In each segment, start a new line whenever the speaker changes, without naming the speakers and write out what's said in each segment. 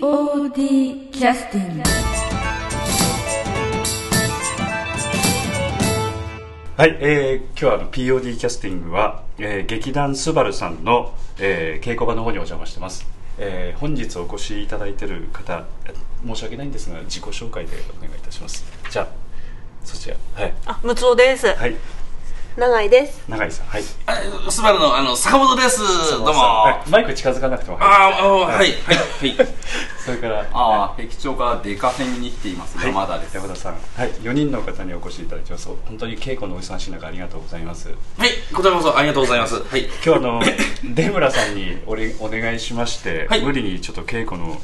POD キャスティング
はい、えー、今日はあの POD キャスティングは、えー劇団スバルさんの、えー稽古場の方にお邪魔してます、えー本日お越しいただいてる方え申し訳ないんですが自己紹介でお願いいたしますじゃあそちらはい、
あ、むつおです。
はい、
長井です。
永井さんはい
あスバルのあの坂本です。どうも。
は
あ
いマイク近づかなくても
ー
はい
あー、はいはいはい。
それから
ああ、壁長からデカフェに来ています。
はい
山田です。
山田さん、はい、4人の方にお越しいただいてます本当に稽古のお忙しい中ありがとうございます
はい、こちらこそありがとうございます。はい。
今日あの 出村さんにおれお願いしまして、
はい
無理にちょっと稽古の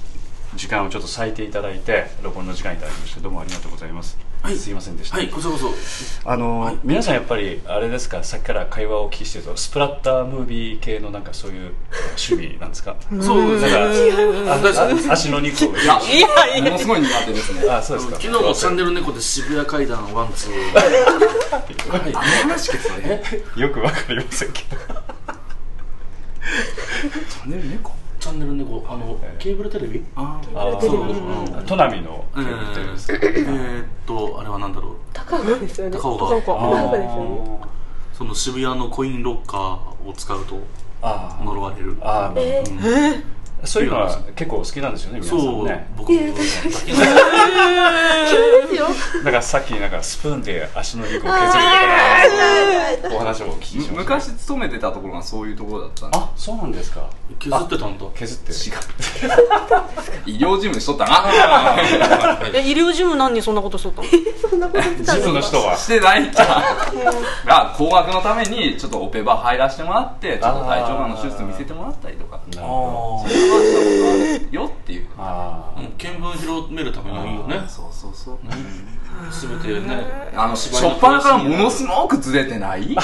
時間をちょっと割いていただいて録音の時間いただきましてどうもありがとうございます、
はい
すいませんでした、
はい、こちらこそ。
あの、皆さんやっぱりあれですかさっきから会話をお聞きしてるとスプラッタームービー系のなんかそういう趣味なんですか
そうですね。
あ
大丈夫
あ足の肉を
いや、
いやい
ものすごい苦手ですね。
あそうですか
昨日もチャンネル猫で渋谷階段ワンツー。はい
話ですね。
よくわかりませんけど
チャンネル猫
チャンネル猫、あのケーブルテレビ？
ああ、
あ
そう
ートナミの
え
ケーブルテレビですか
ーえーっとあれはなんだろう。
高岡ですよね。
高岡
高岡
あ
高岡ですよね。
ー
その渋谷のコインロッカーを使うと
あー
呪われる。
あー
え
そういうのは結構好きなんですよね皆さん
そう
ね、
僕も。
だからさっきなんかスプーンで足の肉を削るとかお話をお聞きしました
昔勤めてたところがそういうところだったんで。
あそうなんですか
削ってたんだ。
削って
医療事務しとったな。
え、医療事務何にそんなことしとったの
そんなことしてた
実の人は
してないじゃん。が、高額のために、ちょっとオペバ入らせてもらって、ちょっと体調の手術見せてもらったりとか。
なるほ
あ
それはしたことあるよっていう。
どあ
あ。うん見聞広めるためにはいいよね。
そうそうそう。
すべてね。
あの、しょっぱなからものすごくずれてない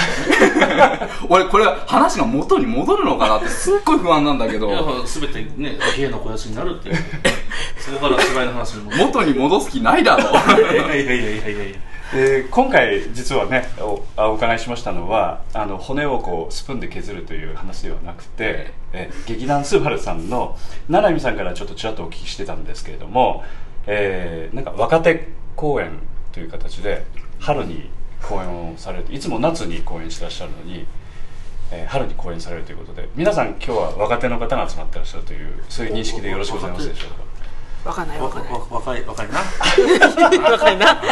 俺、これ、話が元に戻るのかなって、すっごい不安なんだけど
い。やすべてね芸の肥やしになるっていう そこから芝居の話にもい
元に戻す気ないだろ
やいやいやいやいやいや
ーえー今回実はねおあお伺いしましたのはあの骨をこうスプーンで削るという話ではなくてえー劇団スバルさんの七海さんからちょっとちらっとお聞きしてたんですけれども、えーなんか若手公演という形で春に公演をされるいつも夏に公演してらっしゃるのにえー春に公演されるということで皆さん今日は若手の方が集まってらっしゃるというそういう認識でよろしくございますでしょうか
わかんないわか
若
んない。
若若い若いな
若いな。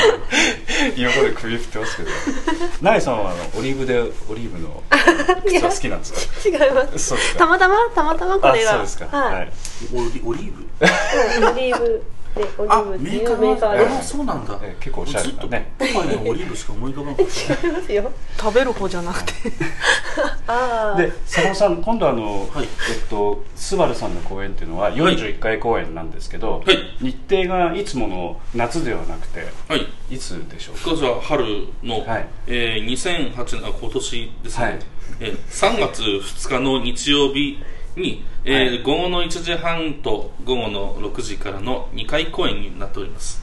今まで首振ってますけどナエさんはあのオリーブでオリーブ の靴は好きなんですか
違います。
そうです
た
か
またまたまたまこ
あ
れが。
そうですか
はい。
はい
オリオリ ーブ
オリーブでオリ
あ
ーブって
メ
い
ーカ
う
ー
メ
の
ーカー
あ
で
ーそうなんだ
えー結構おしゃれ
ずっ
だ
と
ね
ポパイのオリーブしか思い浮かばなかっ
違いますよ。
食べる方じゃなくて。
ああ
で。佐野さん今度あの、
はい
えっとスバルさんの公演っていうのは41回公演なんですけど、
はい
日程がいつもの夏ではなくて
たはい
いつでしょうか
今年は春の、
はい
えー、2008年あ今年ですね、
はい
えー3月2日の日曜日に、えー
はい
午後の1時半と午後の6時からの2回公演になっております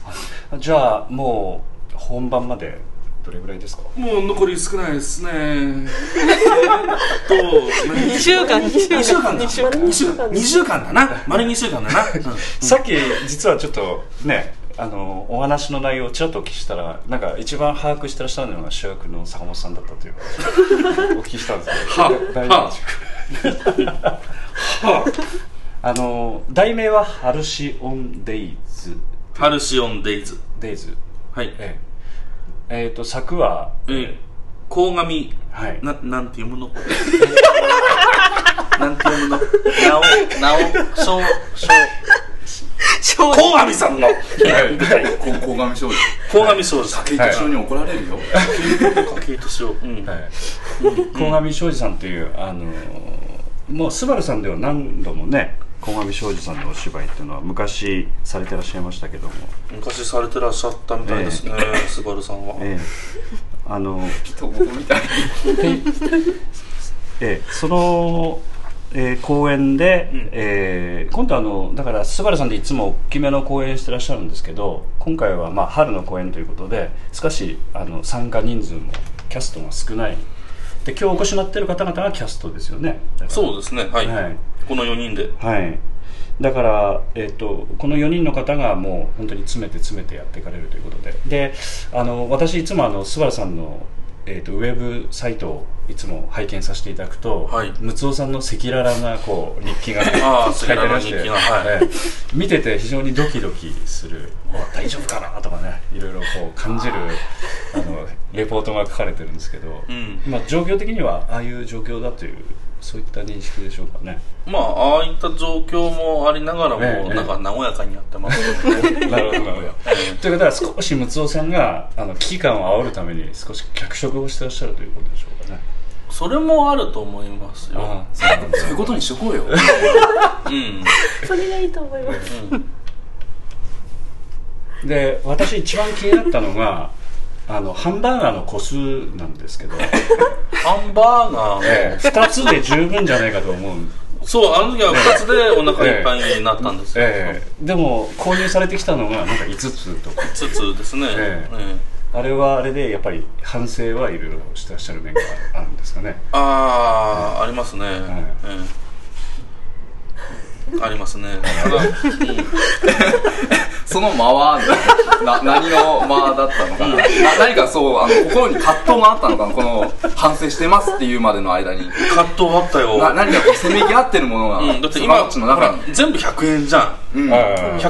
じゃあもう本番までどれぐらいですか
もう残り少ないですね えーっと
2週間、2週間。
2週
2週間。
間だ2週間2週間だな丸2週間だな、
さっき実はちょっとねあのお話の内容をちらっとお聞きしたらなんか一番把握してらっしゃるのが主役の坂本さんだったという話をお聞きしたんですけ
は
ど大丈夫でしょ うかあの題名は「ハルシオン・デイズ
ハルシオンデイズ」
デイズ
はいえ
えええーと作は
ー鴻上
はい
ななんて読むの なんて読むのなおなおしょうしょう鴻上さんの
高校上少女
鴻上庄司
警察署に怒られるよ、
筧敏夫うん
鴻上庄司さんというあのもうスバルさんでは何度もね鴻上庄司さんのお芝居っていうのは昔されてらっしゃいましたけども、
昔されてらっしゃったみたいですねスバルさんは
ええあの
人ごとみたい
ええその、えー公演で、
うん
えー今度あのだからスバルさんでいつも大きめの公演してらっしゃるんですけど今回はまあ春の公演ということで少しあの参加人数もキャストが少ないで今日お越しになってる方々がキャストですよねだから
そうですねはい、
はい
この4人で
はい。だから、えっとこの4人の方がもう本当に詰めて詰めてやっていかれるということでであの私いつもあのスバルさんの、えっとウェブサイトをいつも拝見させていただくと、
はい
ムツオさんの赤裸々なこう日記が
ああ
書いてありまして
赤裸々な日記がはい
ええ見てて非常にドキドキするお大丈夫かなとかねいろいろこう感じるあのレポートが書かれてるんですけど、
うん
まあ、状況的にはああいう状況だというそういった認識でしょうかね。
まあ、ああいった状況もありながらも、
ええ
なんか和やかにやっ てますよね。
なるほどなるほどということは少しムツオさんがあの危機感を煽るために少し脚色をしてらっしゃるということでしょうかね。
それもあると思いますよ
あ。あそうなんだ
そういうことにしとこうよ。
うん。
それがいいと思います。
で私一番気になったのがあのハンバーガーの個数なんですけど、
ハンバーガー
ええ、2つで十分じゃないかと思うん
も、そう、あの時は2つでお腹いっぱいになったんですよ。
ええでも購入されてきたのがなんか5つとか
つつですね。
ええ
ええ
あれはあれでやっぱり反省はいろいろしてらっしゃる面があるんですかね
ああ、ありますね。
え
ええありますね。ただ
その間は、な何の間だったのかな。な何かそう、あの、心に葛藤があったのかな。この、反省してますっていうまでの間に。
葛藤あったよ。
な何かこう、せめぎ合ってるものが、
うん、だって
そ
今、
のっちの中に
ほら。全部100円じゃん。
うん。
100円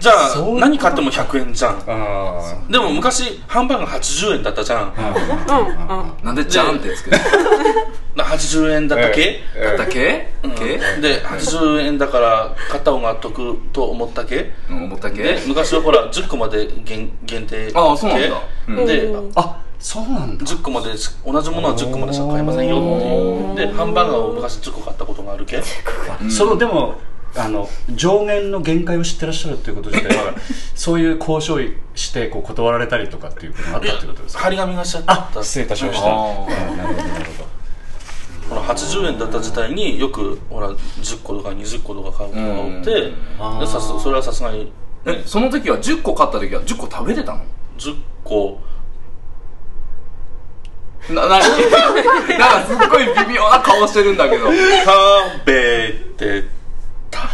じゃ
あそういうこと
ん。何買っても100円じゃん。
あ
でも昔、ハンバーガー80円だったじゃん。
あ
なんでじゃんってつけた
な80円だったっけ、
だったっけけ
で80円だから買った方が得と思ったけ
うん思ったっけ
で昔はほら10個まで限限定
ああそうなんだ
け
うん
で
あそうなんだ
10個までし同じものは10個までしか買えませんよっていうでハンバーガーを昔10個買ったことがあるけ
そのでもあの上限の限界を知ってらっしゃるということ自体 はそういう交渉してこう断られたりとかっていうことがあったってことですか
張り紙がしちゃった
失礼いたしました
あ
うんなるほどなるほど
ほら80円だった時代によくほら10個とか20個とか買うことが多くて
うん
でさすそれはさすがに、ね
え、その時は10個買った時は10個食べてたの
10個
な、なになんかすっごい微妙な顔してるんだけど。
食べて た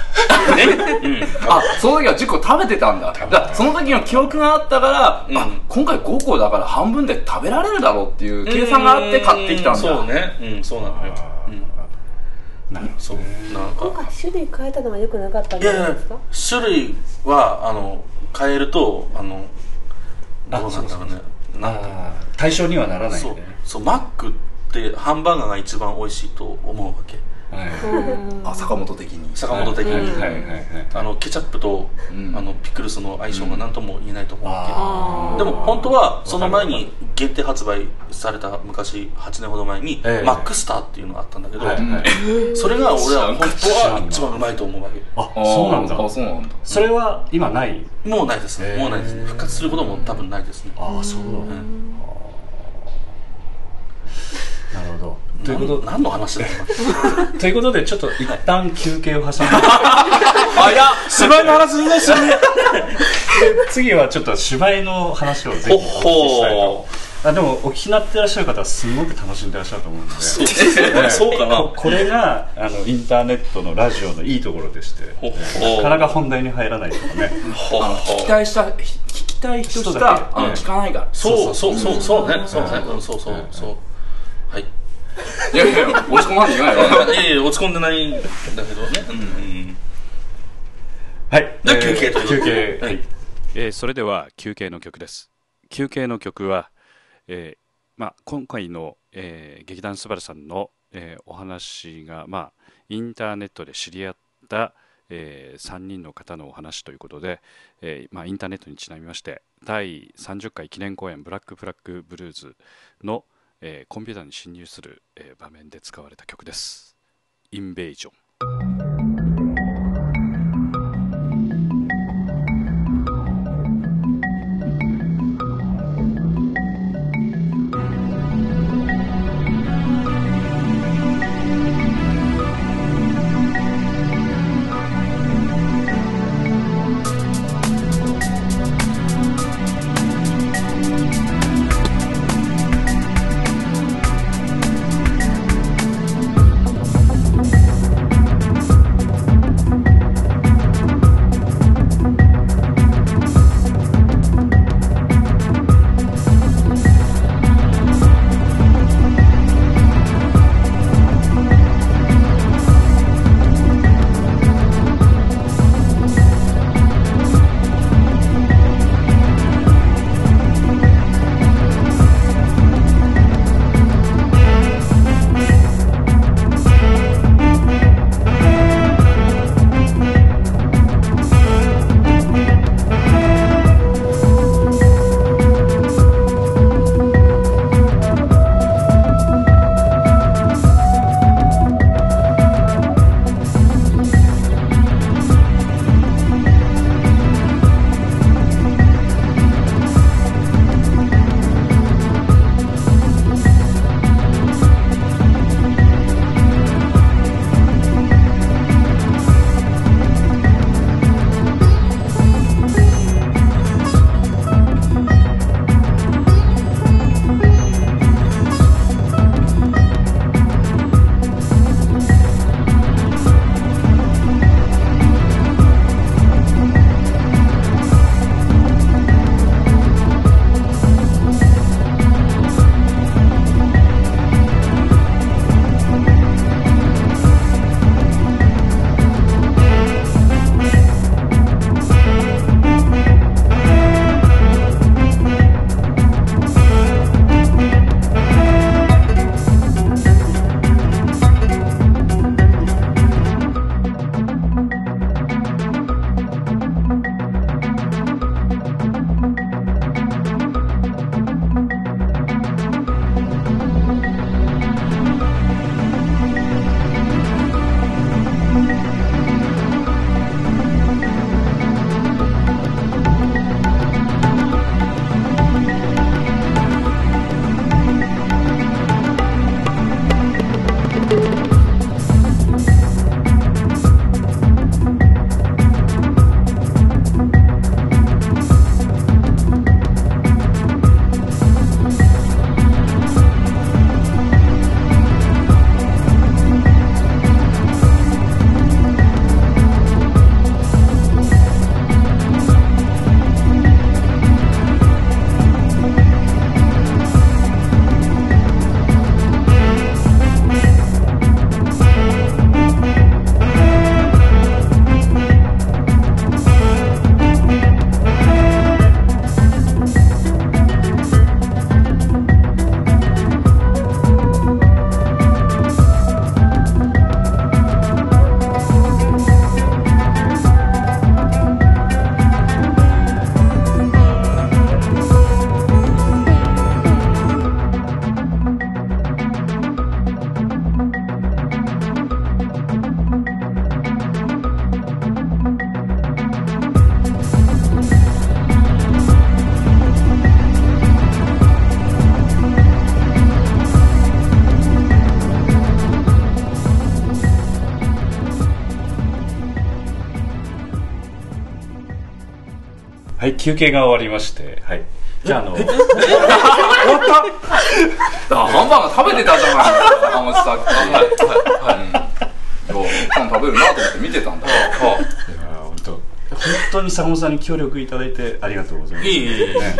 ね、うん、
あ、その時は10個食べてたんだ。だからその時の記憶があったから、
うん
あ、今回5個だから半分で食べられるだろうっていう計算があって買ってきたんだ。
そうねうんそうなのようん
なるほどね
そうなん
今
か
回種類変えたのが良くなかったん
い
じゃ
やい
ない
や
ですか。
種類はあの変えるとあの
あ
どうなんだろうねなんか
あー対象にはならないん
そう
でね
そうマックってハンバーガーが一番美味しいと思うわけ
はい
あ、坂本的に。
坂本的に
はいはいはい
あのケチャップと
うん
あのピクルスの相性が何とも言えないと思うわ
あ
け
ー
でも本当はその前に限定発売された昔8年ほど前に
ええ
マックスターっていうのがあったんだけど
はいはい
それが俺は本当
知らん
は
か
一番うまいと思うわけ
あそうなんだ
あ、そうなんだ。
それは今ない
もうないですね、
へー
もうないですね復活することも多分ないですね
ああそう
う
なん
ん
だなるほどということ
な何の話だよ
ということでちょっと一旦休憩を挟んで
あいや芝居の話全然しない
次はちょっと芝居の話をぜひお
お
聞きしたい
ほ
とあでもお聞きになってらっしゃる方はすごく楽しんでらっしゃると思うので
そう そうかな
ここれがあのインターネットのラジオのいいところでして
ほ
なかなか本題に入らないとかね
ほ
あの、聞きたいした、ひ聞きたい人し
人だけ
か、あの、
うん
聞かないから。
そうそうそうそうねそうねうんそうそう
うん
そうはい
いやいや、落ち込まんでいない わ。
いやいや落ち込んでないんだけどねうんうん
はい
じゃあ休憩ということ
休
で
憩
はい
えーそれでは休憩の曲です休憩の曲は、えーまあ、今回の、えー劇団すばるさんの、えーお話が、まあ、インターネットで知り合った、え3人の方のお話ということで、えーまあ、インターネットにちなみまして第30回記念公演「ブラック・ブラック・ブルーズの」えーコンピューターに侵入する、えー場面で使われた曲です。インベージョン
「
はい、休憩が終わりまして、はい。じゃあ、あの、
だからハンバーガー食べてたじゃない浜口さんはいはいはいパン食べるなと思って見てたんだ
いやー本当本当に坂本さんに協力いただいてありがとうございます。
いえいえいえ
ねね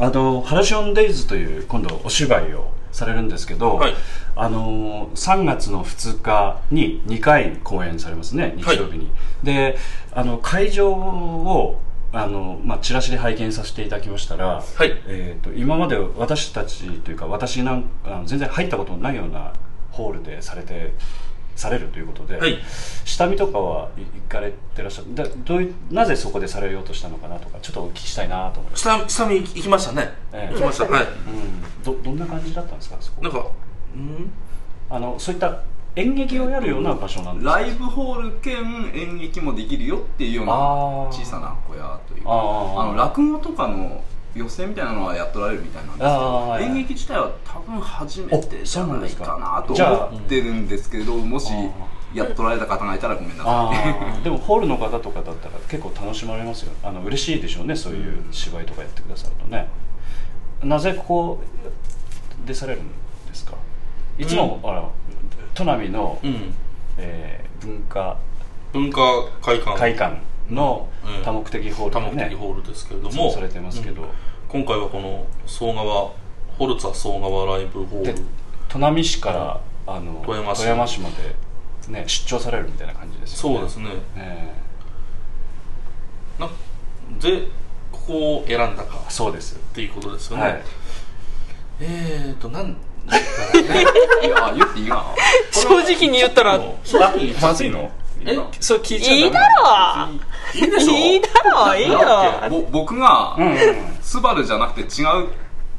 あのハラシオンデイズという今度お芝居をされるんですけど、
はい
あのー3月の2日に2回公演されますね日曜日に、であの会場をあの、まあ、チラシで拝見させていただきましたら、
はい
えー、と今まで私たちというか私なんあの全然入ったことのないようなホールでされてされるということで、
はい
下見とかはい行かれてらっしゃるだどういうなぜそこでされようとしたのかなとかちょっとお聞きしたいなと思います、
下下見行きましたね
ええ
行きましたはい
うん、どどんな感じだったんですかそこ
なんかうん
あのそういった演劇をやるような場所なんですか、
ライブホール兼演劇もできるよっていうような
あー
小さな小屋というか
あー
あの落語とかの予選みたいなのはやっとられるみたいなんで
あ
す
ー
けど演劇自体は多分初めてじゃ
おそうな
ないかな
んですか
と思ってるんですけどもしやっとられた方がいたらごめんなさい
あーでもホールの方とかだったら結構楽しまれますよあの嬉しいでしょうねそういう芝居とかやってくださるとねなぜここでされるんですかいつも、あら都波の、
うん
えー文化
文化会館
会館の
うん
多目的ホール
多
で
目
ね
的ホールですけれど
そう
も
されてますけど、
うん今回はこの総川ホルツァ総川ライブホー
で
ル
砺波市からあの
富山市
まで、ね、出張されるみたいな感じですよね
そうですね
え
なでここを選んだか
ーそうです
っていうことですよね、
はい
えーとなん
いや言っていいかな
正直に言ったら、
まずいの
え
それ聞い
いいだろ
いいでしょ
いいだろいい
だって
よ
ぼ僕が
うんうんうん
スバルじゃなくて違う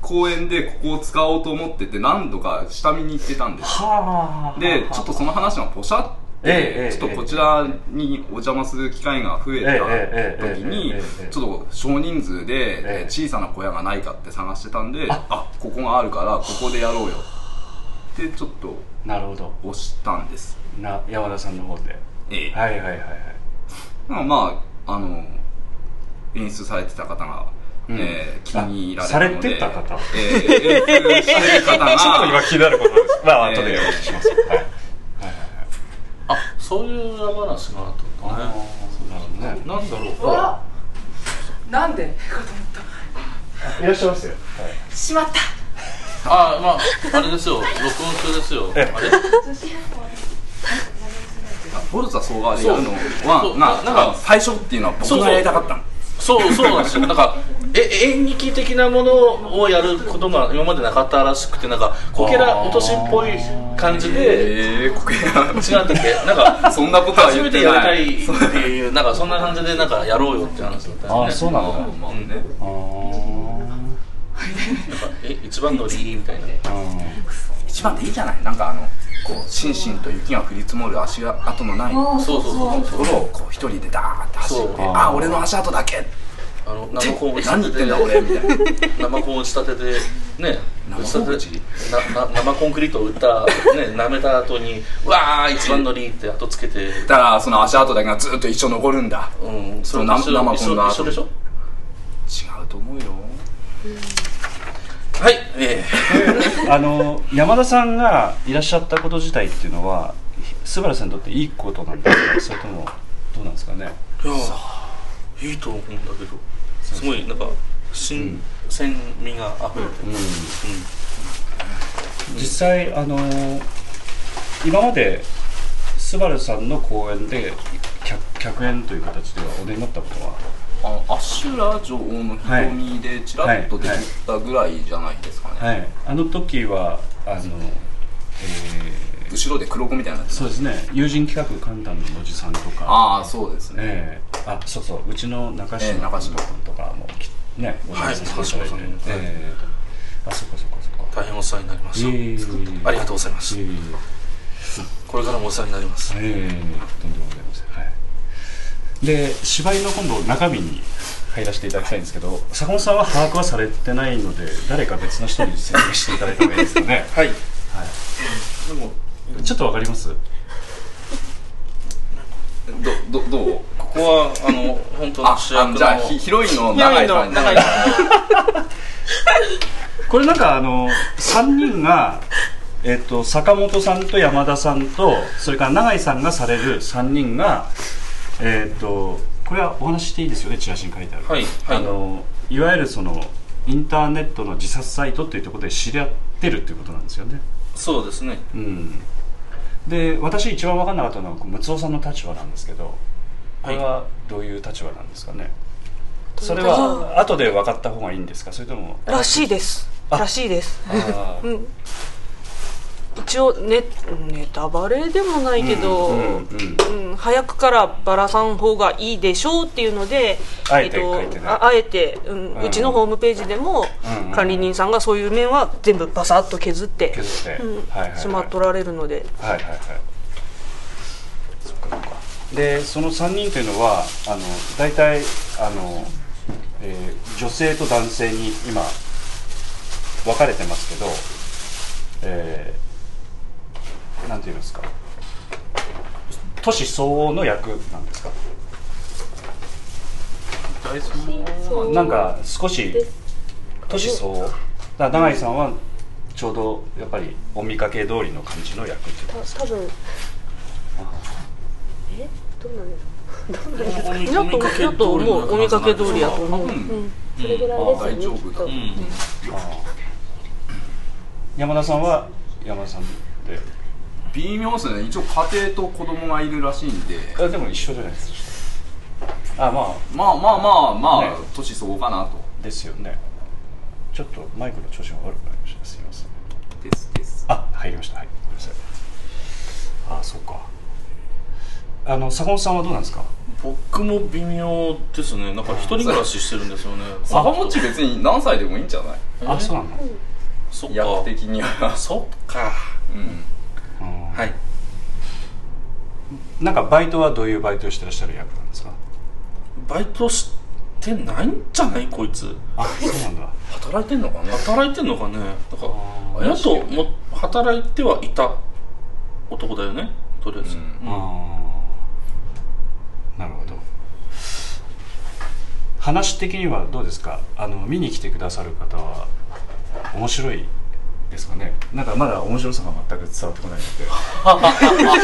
公園でここを使おうと思ってて何度か下見に行ってたんです
はあ
でちょっとその話がポシャっ
え
て
え
ちょっとこちらにお邪魔する機会が増えた
ええええええ
時に
ええ
ちょっと少人数
ええ
で小さな小屋がないかって探してたんであここがあるからここでやろうよってちょっと
なるほど
押したんです
な山田さんの方で
ええ
はいはいはいはい
まあまああの演出されてた方が、
うん
えー気に入られた
あ
ので
されてた方
えー演出してる方 が
気になることですまあ
えー
後でお聞きしますはい
あそういう裏話があったんだね
なるほどね
なんだろうほら
なんで
いらっしゃいますよ
しまった
あまああれですよ録音中ですよあれ
ボルツァ総合でやるの
そう
は
な
ななんん
か
か最初っていうのは僕がやりたかったの
そうそうなんですよなんかえ演劇的なものをやることが今までなかったらしくてなんかこけら落としっぽい感じで
ええこけ
違ったっけなんか
そんなことは
初
言
め
ってて
やり
な
たい
い
っていうなんかそんな感じでなんかやろうよって話だった
あ
よ
あ
ね
そうなんだ
まあね
あー
え一番乗りみたいな
一番でいいじゃないなんかあのこうしんしんと雪が降り積もる足跡のないと
そうそうそう
ころをこう一人でダーって走って
そう
ああ俺の足跡だけ
あの生コン打ち
何
立て
言っててんだ俺みた いな
生コン打ち立ててね
生コン
打
打ち
ち立てなな生コンクリートを打ったね舐めた後にうわー一番乗りって後つけて
だからその足跡だけがずっと一生残るんだ
うん
そう生
一緒
生コンの
一
後
緒一緒でしょ
違うと思うよ
はいえ
あの山田さんがいらっしゃったこと自体っていうのはスバルさんにとっていいことなんですかそれともどうなんですかね
ー、いやいいと思うんだけどすごいなんか新鮮味があふれてる、うん
実際あの今までスバルさんの公演で客客演という形ではお出になったことは
あのアシュラ女王の瞳でちらっと出てきたぐらいじゃないですかね、
はいあの時はあの、えー
後ろで黒子みたいになって
そうですね友人企画簡単のおじさんとか
ああそうですね
ええあそうそううちの中島
ええ中島
君とかもきねお
はい
させていただいて
中島さん
ええあそっかそっかそっか
大変お世話になりました、
ええ
ありがとうございます、
え
これからもお世話になります、
えええとんでもございませんはいで芝居の今度中身に入らせていただきたいんですけど坂本さんは把握はされてないので誰か別の人に説明していただいた方がいいですか ね
はい
ちょっとわかります
どどどうこ
こはあの本当の
あ
主
あ
役
の
の
じゃあヒヒロイン の
ヒロ
長
イ
井
ンの
さんに
長井さんに
これなんかあの3人が、えっと坂本さんと山田さんとそれから永井さんがされる3人が、えっとこれはお話ししていいですよねチラシに書いてある、
はいはい
あのいわゆるそのインターネットの自殺サイトっていうところで知り合ってるっていうことなんですよね
そうですね
うんで私一番分かんなかったのはこうムツオさんの立場なんですけどこれはどういう立場なんですかね、それは後で分かった方がいいんですかそれとも
らしいです
あ
らしいです
あー
うん一応ネネタバレでもないけど、
う
うんん
うんうん
早くからバラさん方がいいでしょうっていうので
あえて
っと
書いてない
ああえて、うん
う
うんちのホームページでも、
うんうん
管理人さんがそういう面は全部バサッと削って
削って、
うん
はいはいはい
しまっとられるので
はいはいはいそっかそっかでその3人というのはあの大体あの、えー女性と男性に今分かれてますけど、えー、なんて言いますか都市相応の役なんですか
大丈夫
そう
なんか少し
です
年相応だから永井さんはちょうどやっぱりお見かけ通りの感じの役っていう
あ多分えどうなんですか
やっとやっともうお見かけ通りやと思う、
うん
それぐらいですよね
大丈夫だ
きっと
うん
山田さんは山田さんで
微妙ですね一応家庭と子供がいるらしいんで
あでも一緒じゃないですかあま
まあまあまあまあ、
ね
年相応かなと
あですよねちょっとマイクの調子が悪くなりましたすいません
ですです
あ入りましたはいごめんなさいあそうかあの坂本さんはどうなんですか
僕も微妙ですねなんか一人暮らししてるんですよね
坂本ち別に何歳でもいいんじゃない
あそうなの
そっか
役的には
そっか
うん
うん
はい
なんかバイトはどういうバイトをしてらっしゃる役なんですか
バイトしてないんじゃないこいつ
あそうなんだ
働いてんのかな
働いてんのかねなんか
あ
ー
元も働いてはいた男だよねとりあえず、
うん
あーなるほど話的にはどうですかあの見に来てくださる方は面白いですかねなんかまだ面白さが全く伝わってこないので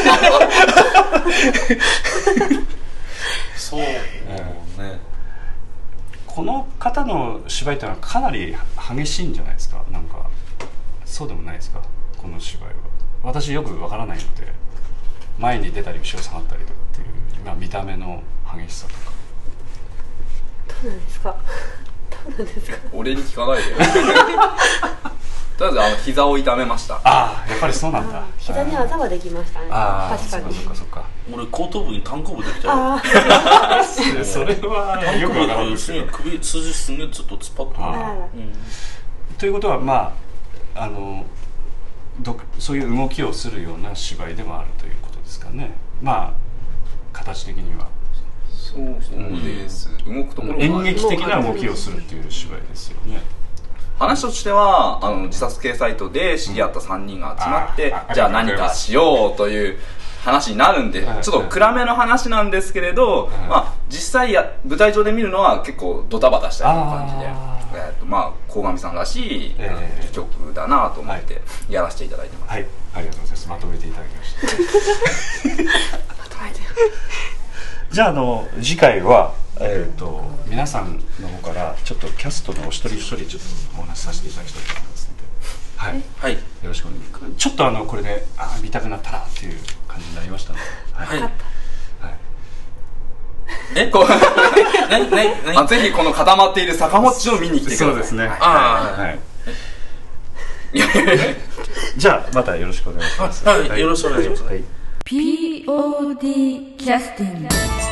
そうね
この方の芝居ってのはかなり激しいんじゃないですかなんかそうでもないですかこの芝居は私よくわからないので前に出たり後ろ下がったりとかっていう、まあ、見た目の激しさとか
どうなんですかどうなんですか
俺に聞かないでよとりあえずあの膝を痛めました
ああやっぱりそうなんだ
膝にあざはできましたね
ああ
確かに
そっかそっか
俺後頭部に単後部できたよ
あ
そっか それは
単
よ
後
くわ
部
からん
で
です
す
け
げえ
ど
首筋すんげえずっと突っ張っ
ああ
あ
と
ら
る、うん、
ということはまああのどそういう動きをするような芝居でもあるということですかねまあ形的には
そうです、動くところが
演劇的な動きをするっていう芝居ですよね
話としてはあの自殺系サイトで知り合った3人が集まって、
うんあー
じゃあ何かしようという話になるんで、
はい
ちょっと暗めの話なんですけれど、
い
まあ、実際や舞台上で見るのは結構ドタバタしたような感じで
あ。ー
えーとまあ、鴻上さんらしい
ええ
曲だなと思ってやらせていただいてます、
はいありがとうございますまとめていただきましたじゃああの次回はえっ、と皆さんの方からちょっとキャストのお一人一人ちょっとお話しさせていただきたいと思いますのではい
はい
よろしくお願いします。ちょっとあのこれで、あ見たくなったなっていう感じになりましたね。は。
はいい
はい、
え
こう
何何
あ
何
ぜひこの固まっている坂本町を見に来てください
ね。は
あ
い。じゃあまたよろしくお願いします。
はいよろしくお願いします
はい
POD キャスティング